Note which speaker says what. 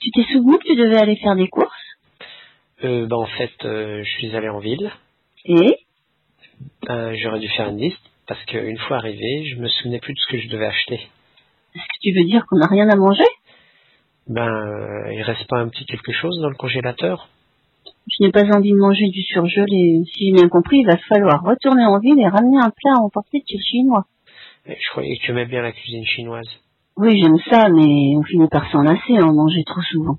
Speaker 1: Tu t'es souvenu que tu devais aller faire des courses
Speaker 2: Euh, bah, en fait, euh, je suis allé en ville.
Speaker 1: Et
Speaker 2: Euh, J'aurais dû faire une liste parce qu'une fois arrivé, je me souvenais plus de ce que je devais acheter.
Speaker 1: Est-ce que tu veux dire qu'on n'a rien à manger
Speaker 2: Ben, euh, il reste pas un petit quelque chose dans le congélateur
Speaker 1: Je n'ai pas envie de manger du surgelé. et Si j'ai bien compris, il va falloir retourner en ville et ramener un plat à emporter de chez le chinois.
Speaker 2: Mais Je croyais que tu aimais bien la cuisine chinoise.
Speaker 1: Oui, j'aime ça, mais on finit par s'enlacer à en manger trop souvent.